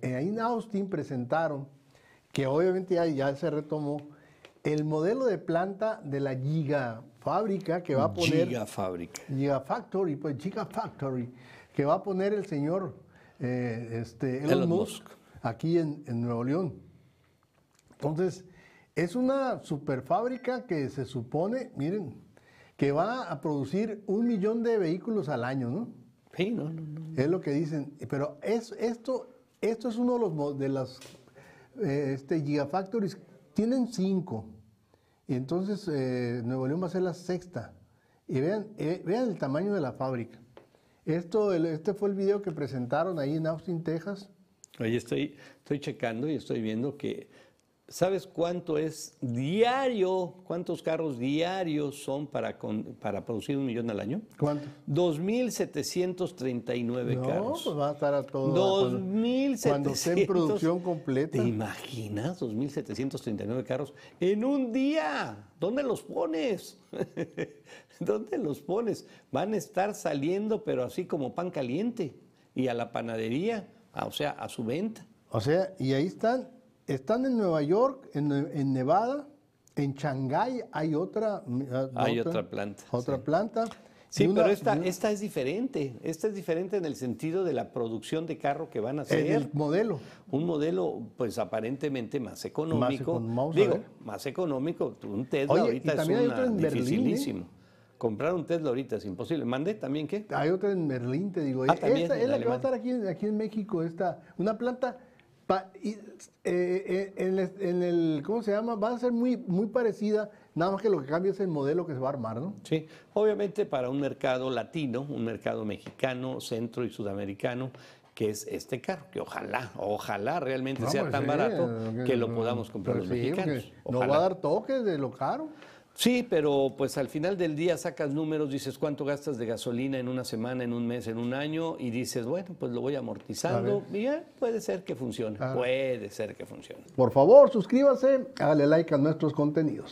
eh, ahí en Austin presentaron, que obviamente ya, ya se retomó, el modelo de planta de la gigafábrica que va a poner... Gigafábrica. Gigafactory, pues Gigafactory, que va a poner el señor eh, este, Elon, Elon Musk, Musk. aquí en, en Nuevo León. Entonces, es una superfábrica que se supone, miren, que va a producir un millón de vehículos al año, ¿no? Sí, no, no, no. Es lo que dicen. Pero es, esto, esto es uno de los mo- de las eh, este, gigafactories. Tienen cinco. Y entonces eh, Nuevo León va a ser la sexta. Y vean, eh, vean el tamaño de la fábrica. Esto, el- este fue el video que presentaron ahí en Austin, Texas. Oye, estoy, estoy checando y estoy viendo que, ¿sabes cuánto es diario? ¿Cuántos carros diarios son para, con- para producir un millón al año? ¿Cuánto? 2.739 No, carros. pues va a estar a todo. cuando- 2.700. Cuando esté en producción completa. ¿Te imaginas 2.739 carros en un día? ¿Dónde los pones? ¿Dónde los pones? Van a estar saliendo, pero así como pan caliente. Y a la panadería, a- o sea, a su venta. O sea, y ahí están, están en Nueva York, en, en Nevada, en Shanghái hay otra, mm, ah, Hay otra planta, otra sí. planta. Sí, Y una- pero esta, y una- esta es diferente. Esta es diferente en el sentido de la producción de carro que van a hacer. en el modelo. un modelo pues aparentemente más económico, econ- vamos a digo, ver. más económico, un Tesla Oye, y ahorita es también hay una- otro en Berlín, ¿eh? dificilísimo. Comprar un Tesla ahorita es imposible. ¿Mande también qué? Hay otra en Berlín, te digo. Ah, también, esta es en la que va a Alemania. estar aquí, en- aquí en México, esta, una planta. pa- y, eh, eh, en, el, en el- ¿cómo se llama? Va a ser muy, muy parecida, nada más que lo que cambia es el modelo que se va a armar, ¿no? Sí, obviamente para un mercado latino, un mercado mexicano, centro y sudamericano, que es este carro, que ojalá, ojalá realmente No, sea pues tan sí, barato eh, que lo no, podamos comprar pues los sí, porque mexicanos. No va a Ojalá. dar toques de lo caro. Sí, pero pues al final del día sacas números, dices cuánto gastas de gasolina en una semana, en un mes, en un año, y dices, bueno, pues lo voy amortizando, y ya puede ser que funcione, Claro. puede ser que funcione. Por favor, suscríbase, hágale like a nuestros contenidos.